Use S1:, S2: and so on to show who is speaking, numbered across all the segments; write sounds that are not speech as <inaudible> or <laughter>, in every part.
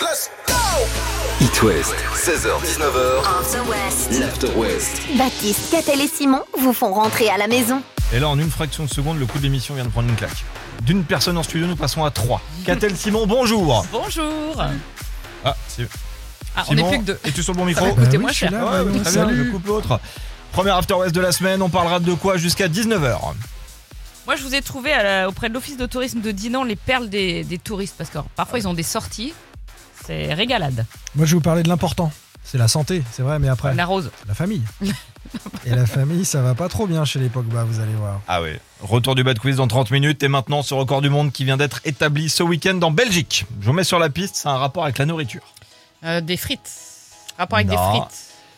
S1: Let's go
S2: It West, 16h-19h,
S3: After West.
S2: l'After West.
S3: Baptiste, Catel et Simon vous font rentrer à la maison.
S4: Et là, en une fraction de seconde, le coup de l'émission vient de prendre une claque. D'une personne en studio, nous passons à
S5: <laughs>
S4: trois. Catel Simon, bonjour
S5: Bonjour
S4: Ah, c'est-
S5: Ah, On
S4: Simon,
S5: est plus que deux.
S4: es-tu sur le bon
S5: Ça
S4: micro
S6: Bah
S4: Ah
S5: va coûter moins cher.
S4: Ouais, ouais, très bien, je coupe l'autre. Première After West de la semaine, on parlera de quoi jusqu'à 19h.
S5: Moi, je vous ai trouvé à la- auprès de l'Office de tourisme de Dinan les perles des, des touristes parce que alors, parfois ils ont des sorties. C'est régalade.
S6: Moi, je vais vous parler de l'important. C'est la santé, c'est vrai, mais après,
S5: La rose. <laughs>
S6: la famille. Et la famille, ça va pas trop bien chez les Pogba, vous allez voir.
S4: Ah ouais. Retour du bad quiz dans 30 minutes et maintenant ce record du monde qui vient d'être établi ce week-end en Belgique. Je vous mets sur la piste, c'est un rapport avec la nourriture.
S5: Euh, des frites. Rapport avec
S4: Non,
S5: des frites.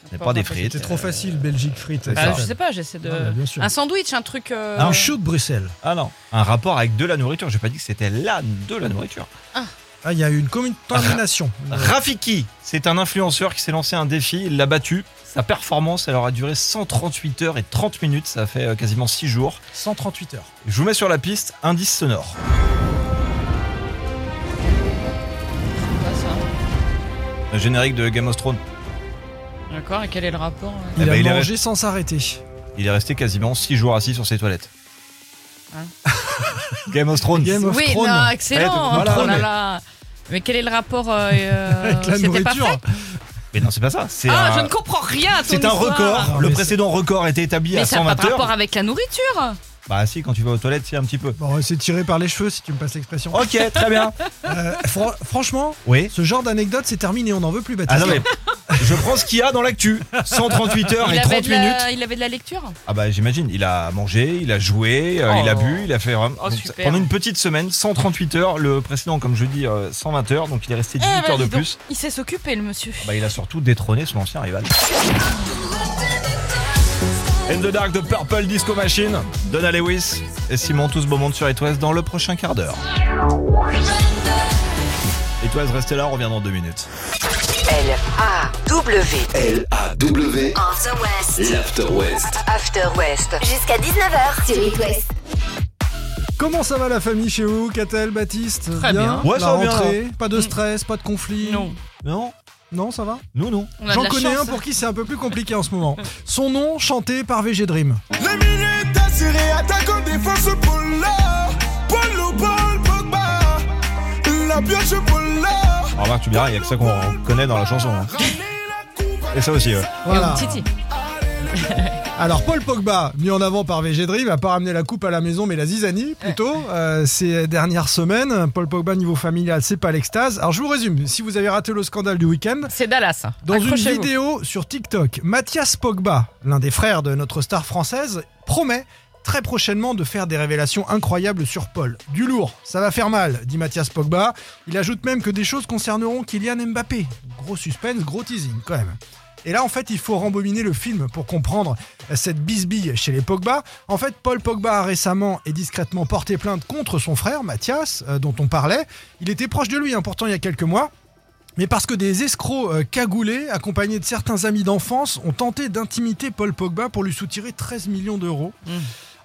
S4: ce n'est pas des frites.
S6: C'était trop facile, Belgique frites.
S5: Bah, je sais pas, j'essaie de.
S6: Non, mais bien sûr.
S5: un sandwich, un truc. euh,
S6: Un chou de Bruxelles.
S4: Ah non, un rapport avec de la nourriture. J'ai pas dit que c'était la de la nourriture.
S6: Ah, il y a eu une
S4: <laughs>
S6: contamination.
S4: Rafiki, c'est un influenceur qui s'est lancé un défi, il l'a battu. Sa performance, elle aura duré 138 heures et 30 minutes, ça fait euh, quasiment 6 jours.
S6: 138 heures.
S4: Je vous mets sur la piste, indice sonore.
S5: quoi, ça
S4: Le générique de Game of Thrones,
S5: D'accord, et quel est le rapport euh ouais
S6: Il
S4: Eh ben,
S6: a
S4: il est
S6: mangé sans s'arrêter.
S4: il est resté quasiment 6 jours assis sur ses toilettes.
S5: Hein
S4: <laughs> Game of Thrones.
S6: Game of
S5: Oui,
S6: Thrones.
S5: non, excellent
S6: Eh, voilà,
S5: Oh là
S6: mais-
S5: là. Mais quel est le rapport euh, et, euh,
S6: <laughs> Avec la
S5: C'était pas
S6: nourriture. euh,
S5: fait
S4: Mais non, c'est pas ça. C'est
S5: Ah,
S4: un-
S5: je ne comprends rien à ton
S4: C'est un
S5: histoire.
S4: record.
S6: Non,
S4: le
S6: mais
S4: précédent record a été établi
S5: Mais
S4: à
S5: ça n'a
S4: 120
S5: pas de
S4: heures.
S5: rapport avec la nourriture
S4: Bah si, quand tu vas aux toilettes, c'est un petit peu.
S6: Bon, c'est tiré par les cheveux, si tu me passes l'expression.
S4: Ok, très
S5: <laughs>
S4: bien.
S6: Euh, fran- franchement,
S4: Oui.
S6: ce genre d'anecdote, c'est terminé, on n'en veut plus,
S4: Ah
S6: Baptiste.
S4: non mais je prends ce qu'il y a dans l'actu. 138 heures et
S5: il
S4: 30
S5: avait, de la,
S4: minutes.
S5: il avait de la lecture
S4: Ah bah j'imagine, il a mangé, il a joué, euh,
S5: Oh.
S4: il a bu, il a fait vraiment-
S5: Oh,
S4: donc,
S5: super.
S4: pendant une petite semaine, 138 heures, le précédent comme je dis euh, 120 heures, donc il est resté 18
S5: Eh ben,
S4: heures de
S5: dis donc,
S4: plus.
S5: Il sait s'occuper, le monsieur.
S4: Bah il a surtout détrôné son ancien rival. In the Dark de Purple Disco Machine, Donna Lewis et Simon, tous beau monde sur Étoise dans le prochain quart d'heure. Étoise, restez là, on revient dans deux minutes.
S7: L-A-W,
S2: L-A-W,
S3: After West.
S2: l'After West.
S7: After West.
S3: Jusqu'à 19h sur It West.
S6: Comment ça va la famille chez vous, Catel, Baptiste
S5: Très bien. Mm.
S4: Ouais, ça
S6: La
S4: va bien,
S6: rentrée, Pas de stress, pas de conflit
S5: Non.
S4: Non,
S6: Non, ça va
S4: nous non.
S5: On a
S6: J'en
S5: de la
S6: connais
S5: chance.
S6: un pour qui c'est un peu plus compliqué en ce moment. Son nom, chanté par VG Dream.
S8: Les minutes assurées attaquant défense Polo Polo Paul Pogba La pioche Polo
S4: Alors Marc, Ah, tu me diras, il n'y a que ça qu'on reconnaît dans la chanson. hein. Et ça aussi, ouais.
S5: Et
S6: Voilà.
S5: au Titi.
S6: Alors Paul Pogba, mis en avant par VG Dream, a pas ramené la coupe à la maison mais la zizanie plutôt euh, ces dernières semaines. Paul Pogba niveau familial, c'est pas l'extase. Alors je vous résume, si vous avez raté le scandale du week-end,
S5: C'est Dallas.
S6: Dans une
S5: Accrochez-vous.
S6: vidéo sur TikTok, Mathias Pogba, l'un des frères de notre star française, promet très prochainement de faire des révélations incroyables sur Paul. Du lourd, ça va faire mal, dit Mathias Pogba. Il ajoute même que des choses concerneront Kylian Mbappé. Gros suspense, gros teasing quand même. Et là, en fait, il faut rembobiner le film pour comprendre cette bisbille chez les Pogba. En fait, Paul Pogba a récemment et discrètement porté plainte contre son frère, Mathias, euh, dont on parlait. Il était proche de lui, hein, pourtant, il y a quelques mois. Mais parce que des escrocs euh, cagoulés, accompagnés de certains amis d'enfance, ont tenté d'intimider Paul Pogba pour lui soutirer 13 millions d'euros.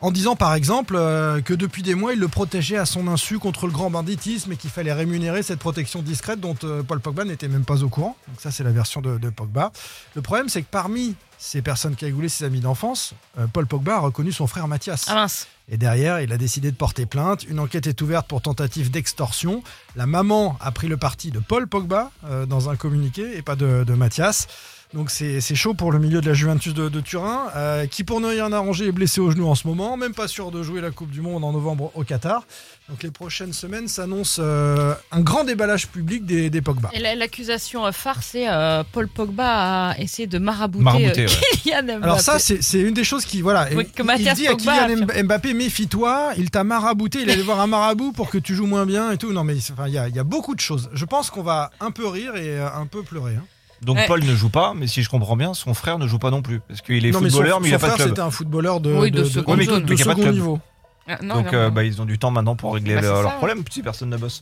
S6: En disant par exemple euh, que depuis des mois, il le protégeait à son insu contre le grand banditisme et qu'il fallait rémunérer cette protection discrète dont euh, Paul Pogba n'était même pas au courant. Donc ça, c'est la version de, de Pogba. Le problème, c'est que parmi ces personnes cagoulées, ses amis d'enfance, euh, Paul Pogba a reconnu son frère Mathias.
S5: Ah mince.
S6: Et derrière, il a décidé de porter plainte. Une enquête est ouverte pour tentative d'extorsion. La maman a pris le parti de Paul Pogba euh, dans un communiqué et pas de, de Mathias. Donc c'est c'est chaud pour le milieu de la Juventus de, de Turin, euh, qui pour ne rien arranger est blessé au genou en ce moment, même pas sûr de jouer la Coupe du Monde en novembre au Qatar. Donc les prochaines semaines s'annonce euh, un grand déballage public des, des Pogba.
S5: Et la- l'accusation euh, phare, c'est euh, Paul Pogba a essayé de marabouter,
S4: Marabouter,
S5: euh,
S4: ouais.
S5: <laughs> Kylian Mbappé.
S6: Alors ça, c'est c'est une des choses qui voilà.
S5: Oui,
S6: il-
S5: que
S6: il
S5: Mathias
S6: dit à
S5: Pogba
S6: Kylian
S5: affirme.
S6: Mb- Mbappé, méfie-toi, il t'a marabouté, il allait voir un marabout pour que tu joues moins bien et tout. Non mais enfin, il y, a- il y a beaucoup de choses. Je pense qu'on va un peu rire et euh, un peu pleurer. hein.
S4: Donc
S5: Ouais.
S4: Paul ne joue pas, mais si je comprends bien, son frère ne joue pas non plus. Parce qu'il est
S6: non mais son,
S4: footballeur, mais, il
S6: son
S4: a pas de
S6: frère
S4: club.
S6: c'était un footballeur euh, de,
S5: Oui, de seconde
S6: de-
S5: zone.
S6: de
S4: Mais qui a pas de
S6: second
S4: club.
S6: niveau.
S5: Ah, non,
S4: Donc
S5: non,
S4: euh,
S5: non.
S4: bah, ils ont du temps maintenant pour régler
S5: Bah, c'est
S4: leur-
S5: ça,
S4: leurs
S5: ouais.
S4: problèmes, si personne ne bosse.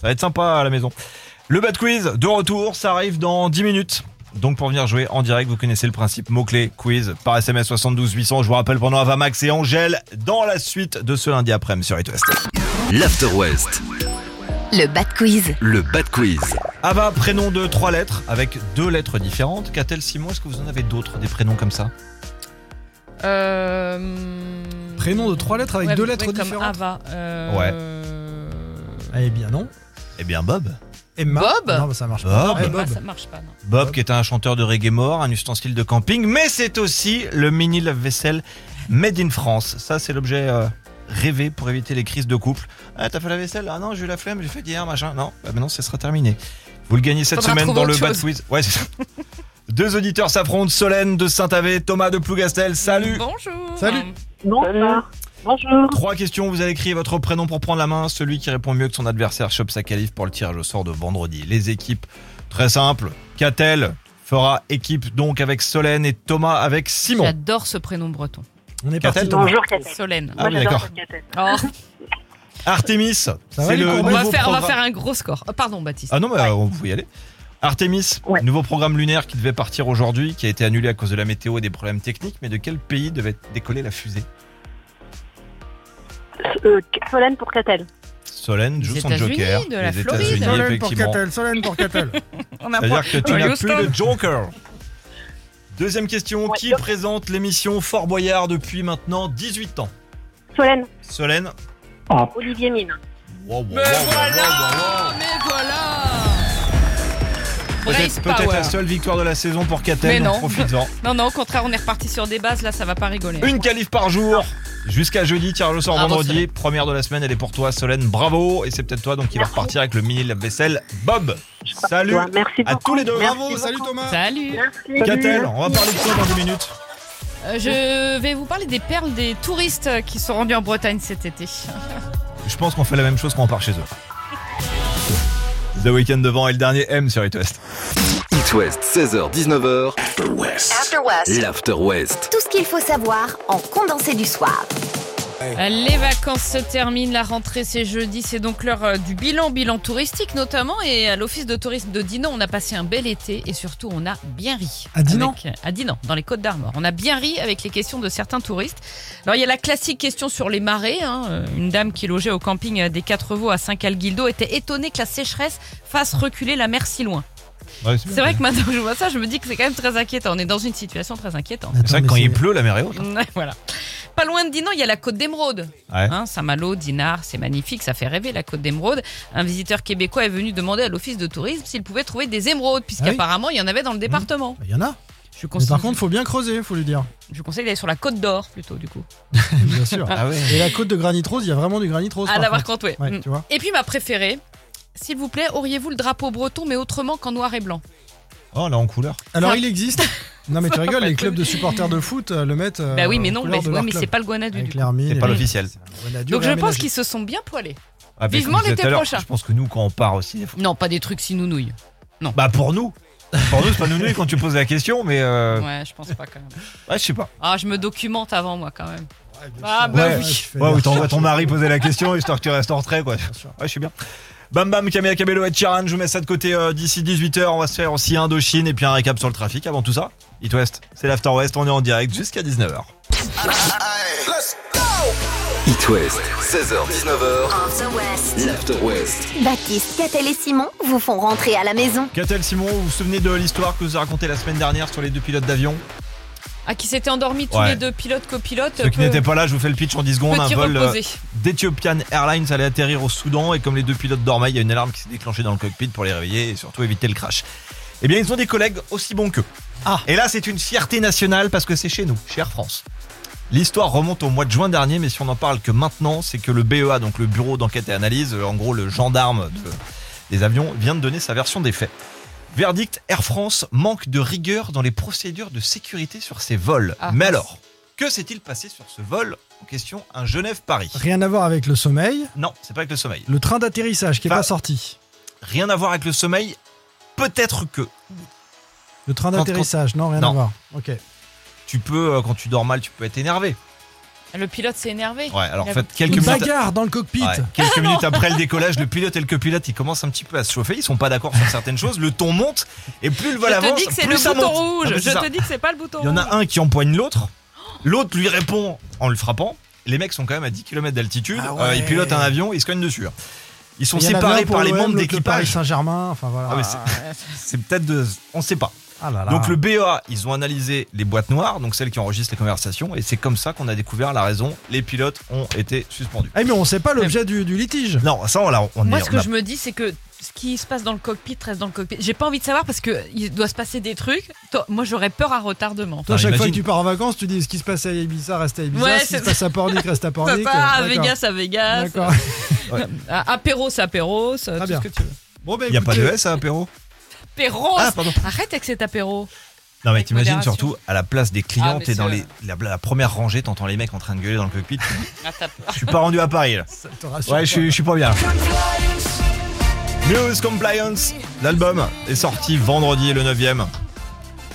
S4: Ça va être sympa à la maison. Le Bad Quiz, de retour, ça arrive dans 10 minutes. Donc pour venir jouer en direct, vous connaissez le principe mot-clé quiz par SMS 72 800. Je vous rappelle pendant Avamax et Angèle dans la suite de ce lundi après-midi sur It West.
S2: L'After West.
S3: Le Bat Quiz.
S2: Le Bad Quiz.
S4: Ava, prénom de trois lettres avec deux lettres différentes. Qu'a-t-elle Simon Est-ce que vous en avez d'autres, des prénoms comme ça
S5: Euh...
S6: Prénom de trois lettres avec
S5: Ouais,
S6: deux
S5: ouais,
S6: lettres
S5: comme
S6: différentes.
S5: Ava. Euh...
S6: Eh bien non.
S4: Eh bien, Bob.
S6: Emma.
S5: Bob
S6: Non, bah, ça marche
S4: Bob.
S6: pas. Eh,
S5: Ah,
S6: Bob.
S5: ça marche pas, non.
S4: Bob, qui est un chanteur de reggae mort, un ustensile de camping, mais c'est aussi le mini lave-vaisselle made in France. Ça, c'est l'objet euh, rêvé pour éviter les crises de couple. Ah, t'as fait la vaisselle Ah non, j'ai eu la flemme, j'ai fait hier, machin. Non, bah maintenant, ça sera terminé. Vous le gagnez cette
S5: Faudra
S4: semaine
S5: trouver
S4: dans le
S5: autre
S4: Bad
S5: chose.
S4: Quiz. Ouais, c'est ça. <laughs> Deux auditeurs s'affrontent, Solène de Saint-Avé, Thomas de Plougastel. Salut
S5: Bonjour
S6: Salut.
S1: Bonsoir. Bonjour.
S4: Trois questions, vous allez crier votre prénom pour prendre la main. Celui qui répond mieux que son adversaire chope sa qualif pour le tirage au sort de vendredi. Les équipes, très simple. Catel fera équipe donc avec Solène et Thomas avec Simon.
S5: J'adore ce prénom breton.
S6: On est
S4: Ah.
S6: parti.
S4: Catel.
S6: Thomas.
S1: Bonjour Katel.
S5: Solène.
S4: Ah oui,
S1: Moi, j'adore
S4: d'accord.
S1: cette Katel.
S5: Oh,
S4: Artemis,
S6: va,
S4: c'est
S6: les
S4: le
S6: copains
S5: on, va
S4: nouveau
S5: faire, on va
S4: programme-
S5: faire un gros score. Ah, pardon, Baptiste.
S4: Ah non, mais euh, on peut y aller. Artemis,
S1: Ouais.
S4: nouveau programme lunaire qui devait partir aujourd'hui, qui a été annulé à cause de la météo et des problèmes techniques. Mais de quel pays devait décoller la fusée
S1: Euh, Solène pour Katel.
S4: Solène joue
S5: Les
S4: son
S5: États-Unis,
S4: joker.
S5: de la
S4: les
S5: Floride.
S4: États-Unis,
S6: Solène pour
S4: effectivement.
S6: Catel, Solène pour Catel.
S5: On a
S4: C'est-à-dire que tu
S5: Euh,
S4: n'as
S5: Houston.
S4: plus de Joker. Deuxième question,
S1: Ouais.
S4: qui présente l'émission Fort Boyard depuis maintenant 18 ans
S1: Solène,
S4: Solène Ah.
S1: Olivier Mine.
S4: Wow, wow, wow,
S5: Mais
S4: wow, wow,
S5: voilà
S4: wow.
S5: Mais voilà Brace
S4: Peut-être peut-être
S5: power.
S4: la seule victoire de la saison pour
S5: Mais
S4: Katel,
S5: non.
S4: en
S5: <laughs>
S4: profitant.
S5: Non, non, au contraire, on est reparti sur des bases, là, ça va pas rigoler.
S4: Une qualif par jour jusqu'à jeudi, tirage au sort
S5: Bravo,
S4: vendredi.
S5: Solène.
S4: Première de la semaine, elle est pour toi Solène, bravo. Et c'est peut-être toi donc qui va repartir avec le mini lave-vaisselle Bob. Salut
S1: Ouais, Merci
S4: à
S1: beaucoup.
S4: tous les deux,
S1: Merci
S4: bravo,
S1: beaucoup.
S4: salut Thomas.
S5: Salut
S1: Merci.
S4: Katel, on va parler de toi dans 10 minutes.
S5: Euh, Je vais vous parler des perles des touristes qui sont rendus en Bretagne cet été.
S4: Je pense qu'on fait la même chose quand on part chez eux. The Weeknd devant et le dernier M sur It West.
S2: It West, 16h-19h.
S3: After West.
S2: L'After West.
S3: Tout ce qu'il faut savoir en condensé du soir.
S5: Euh, Les vacances se terminent, la rentrée c'est jeudi, c'est donc l'heure euh, du bilan, bilan touristique notamment. Et à l'office de tourisme de Dinan, on a passé un bel été et surtout on a bien ri.
S6: À Dinan
S5: Avec- euh, À Dinan, dans les Côtes d'Armor. On a bien ri avec les questions de certains touristes. Alors il y a la classique question sur les marées. hein. Euh, Une dame qui logeait au camping euh, des Quatre Veaux à Saint-Calguildo était étonnée que la sécheresse fasse reculer la mer si loin. C'est vrai que maintenant que je vois ça, je me dis que c'est quand même très inquiétant. On est dans une situation très inquiétante.
S4: <laughs> C'est vrai que
S6: mais
S4: quand
S6: c'est-
S4: il pleut, la mer est haute.
S5: Ouais, voilà. Pas loin de Dinan, il y a la côte d'Émeraude.
S4: Ouais.
S5: Hein, Saint-Malo, Dinard, c'est magnifique, ça fait rêver la côte d'Émeraude. Un visiteur québécois est venu demander à l'office de tourisme s'il pouvait trouver des émeraudes, puisqu'apparemment il y en avait dans le département.
S6: Il y en
S5: Je,
S6: a. Ah Mmh. Mais
S5: conseille,
S6: par contre, faut bien creuser, faut
S4: <laughs>
S6: lui dire.
S5: je conseille d'aller sur la côte d'Or plutôt, du coup.
S6: Bien sûr.
S4: Ah ouais.
S6: Et la côte de granit rose, il y a vraiment du granit rose.
S5: À
S6: par
S5: l'avoir
S6: contre.
S5: compté.
S6: Ouais, tu vois.
S5: Mmh. Et puis ma préférée, s'il vous plaît, auriez-vous le drapeau breton, mais autrement qu'en noir et blanc
S4: Oh, là en couleur.
S6: Alors
S5: Ça-
S6: il existe. Non mais tu rigoles, les clubs de supporters de foot euh, le mettent. euh,
S5: Bah oui, mais
S6: aux
S5: non,
S6: couleurs
S5: mais,
S6: de leur
S5: ouais, mais
S6: club.
S5: c'est pas le Guanadu.
S6: Avec
S5: Du coup.
S6: l'hermine.
S4: C'est
S6: et
S4: pas
S6: le-
S4: l'officiel.
S6: Voilà, Dieu
S5: Donc je pense
S6: réaménagé.
S5: qu'ils se sont bien poilés.
S4: Ah, mais
S5: Vivement
S4: comme je disais
S5: l'été
S4: tout à l'heure,
S5: prochain.
S4: Je pense que nous, quand on part aussi, des fois-
S5: Non, pas des trucs si nounouilles.
S4: bah pour nous. Pour nous, c'est pas nous nous, quand tu poses la question, mais euh, ouais.
S5: Ouais, je pense pas quand
S4: je
S5: même.
S4: sais pas.
S5: Ah, je me documente avant moi quand même.
S6: Ouais, bien sûr.
S5: Ah, bah
S6: Ouais,
S5: oui.
S6: tu fais
S4: Ouais,
S6: des
S4: ou t'envoies
S6: recherches.
S4: ton mari poser la question histoire que tu restes en retrait, quoi.
S6: Bien sûr.
S4: Ouais, je suis bien. Bam Bam, Camilla Cabello et Chiran, je vous mets ça de côté euh, d'ici 18h. On va se faire aussi Indochine et puis un récap sur le trafic avant tout ça. It West, c'est l'After West, on est en direct jusqu'à 19h.
S2: It West, 16h-19h.
S3: After West.
S2: L'After West.
S3: Baptiste, Catel et Simon vous font rentrer à la maison.
S4: Catel Simon, vous vous souvenez de l'histoire que vous a racontée la semaine dernière sur les deux pilotes d'avion
S5: Ah, qui s'étaient endormis tous
S4: Ouais.
S5: les deux, pilote, copilote.
S4: Ceux qui
S5: peu-
S4: n'étaient pas là, je vous fais le pitch en 10 secondes. Un
S5: Petit
S4: vol euh,
S5: reposé.
S4: d'Ethiopian Airlines allait atterrir au Soudan et comme les deux pilotes dormaient, il y a une alarme qui s'est déclenchée dans le cockpit pour les réveiller et surtout éviter le crash. Eh bien, ils ont des collègues aussi bons qu'eux.
S6: Ah.
S4: Et là, c'est une fierté nationale parce que c'est chez nous, chez Air France. L'histoire remonte au mois de juin dernier, mais si on n'en parle que maintenant, c'est que le BEA, donc le Bureau d'enquête et analyse, euh, en gros le gendarme de- des avions, vient de donner sa version des faits. Verdict Air France manque de rigueur dans les procédures de sécurité sur ses vols.
S5: Ah.
S4: Mais alors, que s'est-il passé sur ce vol en question un Genève-Paris
S6: Rien à voir avec le sommeil.
S4: Non, c'est pas avec le sommeil.
S6: Le train d'atterrissage qui est
S4: Enfin-
S6: pas sorti.
S4: Rien à voir avec le sommeil. Peut-être que
S6: Le train
S4: Quand-
S6: d'atterrissage, non, rien
S4: Non.
S6: à voir. Ok.
S4: tu peux, euh, quand tu dors mal, tu peux être énervé.
S5: Le pilote s'est énervé.
S4: Ouais, alors
S5: Il
S4: en
S5: a-
S4: fait, quelques
S6: Une
S4: minutes.
S6: bagarre dans le cockpit.
S4: Ouais, quelques minutes après le décollage, le pilote et le copilote, ils commencent un petit peu à se chauffer. Ils sont pas d'accord sur certaines choses. Le ton monte et plus le vol
S5: Je
S4: avance,
S5: te dis que c'est
S4: plus
S5: le
S4: ça
S5: bouton
S4: monte.
S5: rouge.
S4: Ah, mais c'est
S5: Je
S4: ça.
S5: te dis que c'est pas le bouton
S4: Il y en
S5: rouge.
S4: a un qui empoigne l'autre. L'autre lui répond en le frappant. Les mecs sont quand même à 10 km d'altitude.
S6: Ah
S4: Euh,
S6: ouais.
S4: ils pilotent un avion, ils se cognent dessus. hein. Ils sont
S6: Il y en avait un
S4: séparés
S6: pour
S4: par les
S6: l'OM,
S4: membres
S6: l'autre, le Paris
S4: d'équipage.
S6: Saint-Germain, enfin voilà.
S4: Ah, mais c'est- C'est peut-être de. On sait pas.
S6: Ah là là.
S4: Donc le BEA, ils ont analysé les boîtes noires, donc celles qui enregistrent les conversations, et c'est comme ça qu'on a découvert la raison. Les pilotes ont été suspendus.
S6: Eh, mais on sait pas l'objet du, du litige.
S4: Non, ça on l'a. On
S5: Moi,
S4: est-
S5: ce
S4: on
S5: que
S4: a-
S5: je me dis, c'est que ce qui se passe dans le cockpit reste dans le cockpit. J'ai pas envie de savoir parce que il doit se passer des trucs. Toi- Moi, j'aurais peur à retardement.
S4: Enfin,
S6: Toi, chaque fois que
S4: imagine.
S6: tu pars en vacances, tu dis ce qui se passe à Ibiza reste à Ibiza,
S5: Ouais,
S6: ce qui
S5: c'est
S6: se passe à Pornic
S5: <laughs>
S6: reste à
S5: Ça
S6: Pornic.
S5: part à
S6: D'accord.
S5: Vegas, à Vegas. <laughs>
S6: D'accord.
S5: À Apéros, à Apéros. euh,
S6: Très
S5: Tout
S6: bien.
S5: ce que tu veux.
S6: Bon, bah,
S4: Il n'y a pas de
S6: écoutez,
S5: euh,
S4: S hein, à apéro
S5: Apéros
S4: Ah, pardon.
S5: Arrête avec cet apéro.
S4: Non, mais
S5: Avec
S4: t'imagines
S5: modération.
S4: surtout à la place des clients,
S5: Ah, mais
S4: t'es dans les,
S5: c'est-
S4: la, la première rangée, t'entends les mecs en train de gueuler dans le cockpit. tu dis,
S5: Ah, t'as peur.
S4: Je suis pas rendu à Paris
S5: <laughs>
S4: là.
S6: ça te rassure
S4: Ouais, je
S6: pas.
S4: suis, je suis pas bien. News Compliance, l'album est sorti vendredi le 9ème.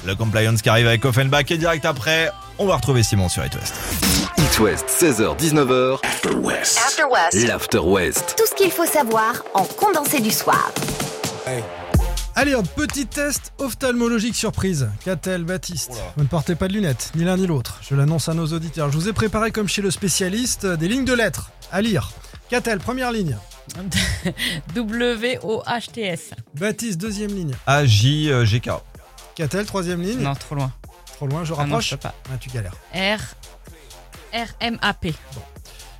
S4: Le Compliance qui arrive avec Offenbach et direct après, on va retrouver Simon sur It West.
S2: It West, 16h-19h,
S3: After West.
S2: l'After West.
S3: Tout ce qu'il faut savoir en condensé du soir.
S6: Allez, un petit test ophtalmologique surprise. Qu'a-t-elle Baptiste Vous ne portez pas de lunettes, ni l'un ni l'autre. Je l'annonce à nos auditeurs. Je vous ai préparé, comme chez le spécialiste, euh, des lignes de lettres à lire. Qu'a-t-elle Première ligne.
S5: W-O-H-T-S.
S6: Baptiste, deuxième ligne.
S4: AJGK.
S6: Qu'a-t-elle Troisième ligne.
S5: Non, trop loin.
S6: Trop loin, je
S5: Ah non, je
S6: rapproche.
S5: peux pas.
S6: Ah, tu galères.
S5: R. R-M-A-P.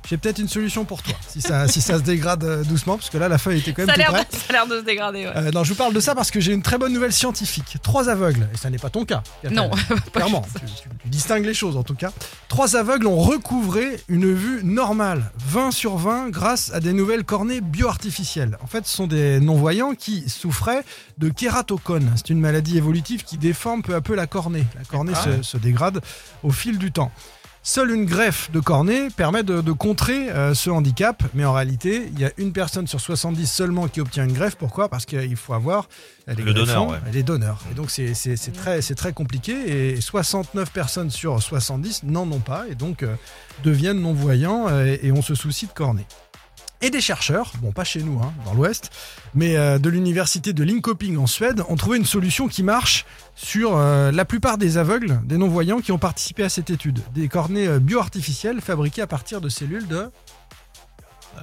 S6: J'ai peut-être une solution pour toi, si ça, si ça se dégrade euh, doucement, parce que là, la feuille était quand
S5: Ça
S6: même
S5: a
S6: tout
S5: l'air
S6: près.
S5: de, <laughs> ça a l'air de se dégrader, ouais.
S6: Euh, non, je vous parle de ça parce que j'ai une très bonne nouvelle scientifique. Trois aveugles, et ça n'est pas ton cas. Catherine. <laughs>
S5: non, pas
S6: Clairement, tu, tu- tu distingues les choses en tout cas. Trois aveugles ont recouvré une vue normale, 20 sur 20, grâce à des nouvelles cornées bioartificielles. En fait, ce sont des non-voyants qui souffraient de kératocone. C'est une maladie évolutive qui déforme peu à peu la cornée. La cornée se- se, dégrade au fil du temps. Seule une greffe de cornée permet de, de contrer euh, ce handicap, mais en réalité, il y a une personne sur 70 seulement qui obtient une greffe. Pourquoi Parce qu'il faut avoir euh, les
S4: Le donneur,
S6: greffons,
S4: ouais.
S6: les donneurs. Et donc c'est c'est- c'est très, c'est très compliqué et 69 personnes sur 70 n'en ont pas et donc euh, deviennent non-voyants euh, et on se soucie de cornée. Et des chercheurs, bon pas chez nous, hein, dans l'Ouest, mais euh, de l'université de Linkoping en Suède, ont trouvé une solution qui marche sur euh, la plupart des aveugles, des non-voyants qui ont participé à cette étude. Des cornées euh, bioartificielles fabriquées à partir de cellules
S5: <laughs>
S6: de...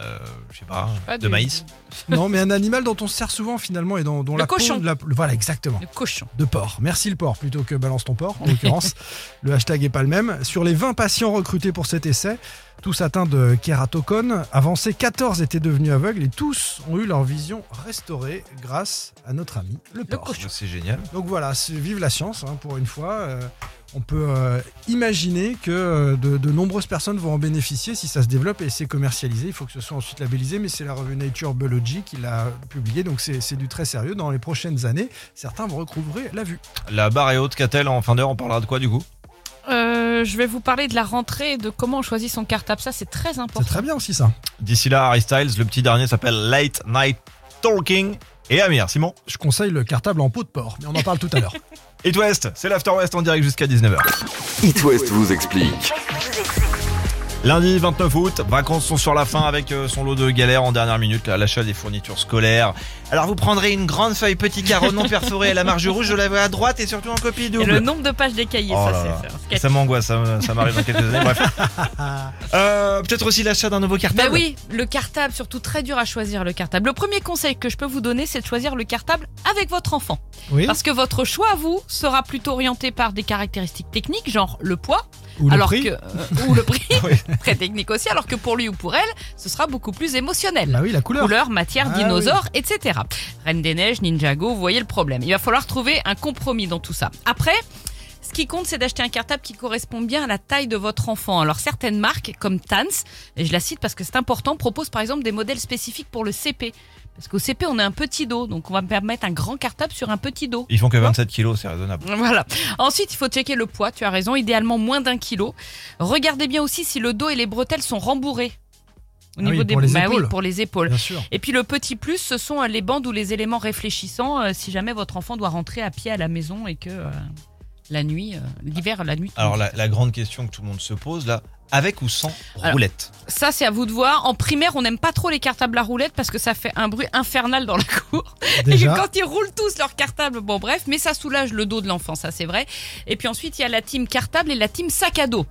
S4: Euh, je sais pas,
S5: pas,
S4: de
S5: du-
S4: maïs.
S6: Non mais un animal dont on se sert souvent finalement et dont, dont
S5: Le
S6: la peau
S5: cochon.
S6: de la- Voilà, exactement.
S5: Le cochon.
S6: de porc. Merci le porc plutôt que balance ton porc
S5: <laughs>
S6: en l'occurrence. le hashtag est pas le même. Sur les 20 patients recrutés pour cet essai, tous atteints de kératocone, avancés 14 étaient devenus aveugles et tous ont eu leur vision restaurée grâce à notre ami le porc.
S4: Oh, C'est génial.
S6: Donc voilà, c'est- vive la science hein, pour une fois. Euh, on peut euh, imaginer que euh, de, de nombreuses personnes vont en bénéficier si ça se développe et c'est commercialisé. Il faut que ce soit ensuite labellisé, mais c'est la revue Nature Biology qui l'a publié, donc c'est c'est du très sérieux. Dans les prochaines années, certains vont recouvrer la vue.
S4: La barre est haute, qu'a-t-elle en fin d'heure On parlera de quoi du coup
S5: Euh, je vais vous parler de la rentrée et de comment on choisit son cartable. Ça, c'est très
S6: C'est
S5: important.
S6: très bien aussi ça.
S4: D'ici là, Harry Styles, le petit dernier s'appelle Late Night Talking. Et Amir, Simon.
S6: Je conseille le cartable en peau de porc, mais on en parle tout à l'heure.
S4: It West, c'est l'After West en direct jusqu'à 19h.
S2: It West vous explique.
S4: Lundi 29 août, vacances sont sur la fin avec euh, son lot de galères en dernière minute là, à l'achat des fournitures scolaires. Alors vous prendrez une grande feuille petit carreau non perforé à la marge rouge, je la vois à droite et surtout en copie
S5: Et le
S4: double.
S5: nombre de pages des cahiers,
S4: Oh
S5: ça,
S4: là là.
S5: c'est- c'est un sketch.
S4: Et Ça m'angoisse, ça, me- ça m'arrive dans quelques années.
S5: <laughs>
S4: Bref. Euh, Peut-être aussi l'achat d'un nouveau
S5: Bah
S4: cartable.
S5: oui, le cartable, surtout très dur à choisir le cartable. Le premier conseil que je peux vous donner, c'est de choisir le cartable avec votre enfant.
S6: <laughs> Oui.
S5: Parce que votre choix, à vous, sera plutôt orienté par des caractéristiques techniques, genre le poids,
S6: Ou le
S5: alors
S6: prix.
S5: que euh, ou le prix, très technique aussi, alors que pour lui ou pour elle, ce sera beaucoup plus émotionnel.
S6: Bah oui, la couleur.
S5: Couleur, matière,
S6: Ah
S5: dinosaure, etc. Reine des neiges, Ninjago, vous voyez le problème. Il va falloir trouver un compromis dans tout ça. Après, ce qui compte, c'est d'acheter un cartable qui correspond bien à la taille de votre enfant. Alors certaines marques, comme Tans, et je la cite parce que c'est important, proposent par exemple des modèles spécifiques pour le CP. Parce qu'au CP, on a un petit dos, donc on va me permettre un grand cartable sur un petit dos. <laughs>
S4: Ils font que 27 kilos, c'est raisonnable.
S5: Voilà. Ensuite, il faut checker le poids, tu as raison, idéalement moins d'un kilo. Regardez bien aussi si le dos et les bretelles sont rembourrés. Au
S6: Ah oui, pour
S5: des
S6: les
S5: bah oui,
S6: épaules.
S5: pour les épaules. <laughs>
S6: Bien sûr.
S5: Et puis le petit plus, ce sont euh, les bandes ou les éléments réfléchissants euh, si jamais votre enfant doit rentrer à pied à la maison et que euh, la nuit, euh, l'hiver, la nuit. tout
S4: Alors
S5: le
S4: la, la grande question que tout le monde se pose là, avec ou sans
S5: Alors,
S4: roulette
S5: monde. Ça, c'est à vous de voir. En primaire, on n'aime pas trop les cartables à roulettes parce que ça fait un bruit infernal dans la <laughs> cour. Et
S6: Déjà.
S5: quand ils roulent tous leur cartable, bon bref, mais ça soulage le dos de l'enfant, ça c'est vrai. Et puis ensuite, il y a la team cartable et la team sac à dos.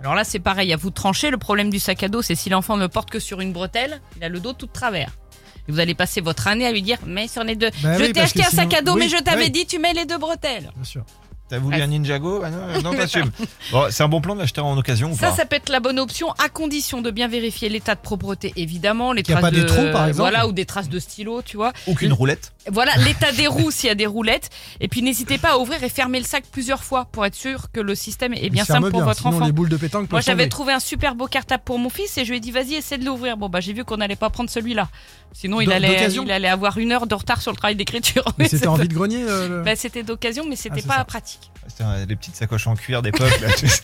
S5: Alors là, c'est pareil, à vous de trancher. Le problème du sac à dos, c'est si l'enfant ne le porte que sur une bretelle, il a le dos tout de travers. Et vous allez passer votre année à lui dire, mais sur les deux.
S6: Bah
S5: je
S6: oui,
S5: t'ai
S6: parce
S5: acheté
S6: que
S5: un sac
S6: sinon-
S5: à dos, mais
S6: oui,
S5: je t'avais
S6: oui.
S5: dit, tu mets les deux bretelles.
S6: Bien sûr.
S4: T'as voulu
S5: Ouais.
S4: un Ninjago Bah Non, non t'assumes. Bon, c'est un bon plan de l'acheter en occasion ou
S5: Ça,
S4: pas
S5: ça peut être la bonne option à condition de bien vérifier l'état de propreté, évidemment, les
S6: Qu'il y a
S5: traces
S6: pas
S5: de
S6: des trous, par exemple.
S5: voilà ou des traces de stylo, tu vois.
S4: Ou qu'une roulette
S5: Voilà l'état des roues s'il y a des roulettes. Et puis n'hésitez pas à ouvrir et fermer le sac plusieurs fois pour être sûr que le système est
S6: Il
S5: Eh bien
S6: se ferme
S5: simple pour
S6: bien,
S5: votre
S6: sinon
S5: enfant.
S6: les boules de pétanque
S5: Moi,
S6: peuvent tomber.
S5: j'avais trouvé un super beau cartable pour mon fils et je lui ai dit vas-y, essaie de l'ouvrir. Bon, bah j'ai vu qu'on n'allait pas prendre celui-là. Sinon, il
S6: D'o-
S5: allait,
S6: d'occasion
S5: il allait avoir une heure de retard sur le travail d'écriture.
S6: Mais
S5: Oui, <laughs>
S6: c'était
S5: c'est
S6: en
S5: ça.
S6: vide-grenier euh, le
S5: Bah, c'était d'occasion, mais c'était
S6: Ah, c'est
S5: pas
S6: ça.
S5: pratique.
S4: C'est un- les petites sacoches en cuir des peuples.
S5: <laughs>
S4: là. tu, sais-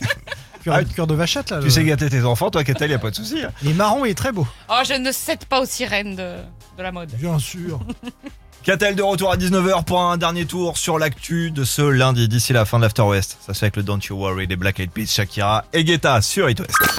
S6: cuir,
S4: Ah,
S6: cuir de vachette là.
S4: tu
S6: le-
S4: sais gâter tes enfants, toi, Catel, y a pas de souci. hein.
S6: Les marrons il est très beau.
S5: Oh, je ne cède pas aux sirènes de, de la mode.
S6: Bien sûr.
S4: Catel de retour à 19h pour un dernier tour sur l'actu de ce lundi. D'ici la fin de l'After West, ça se fait avec le Don't You Worry des Black Eyed Peas, Shakira et Guetta sur It West.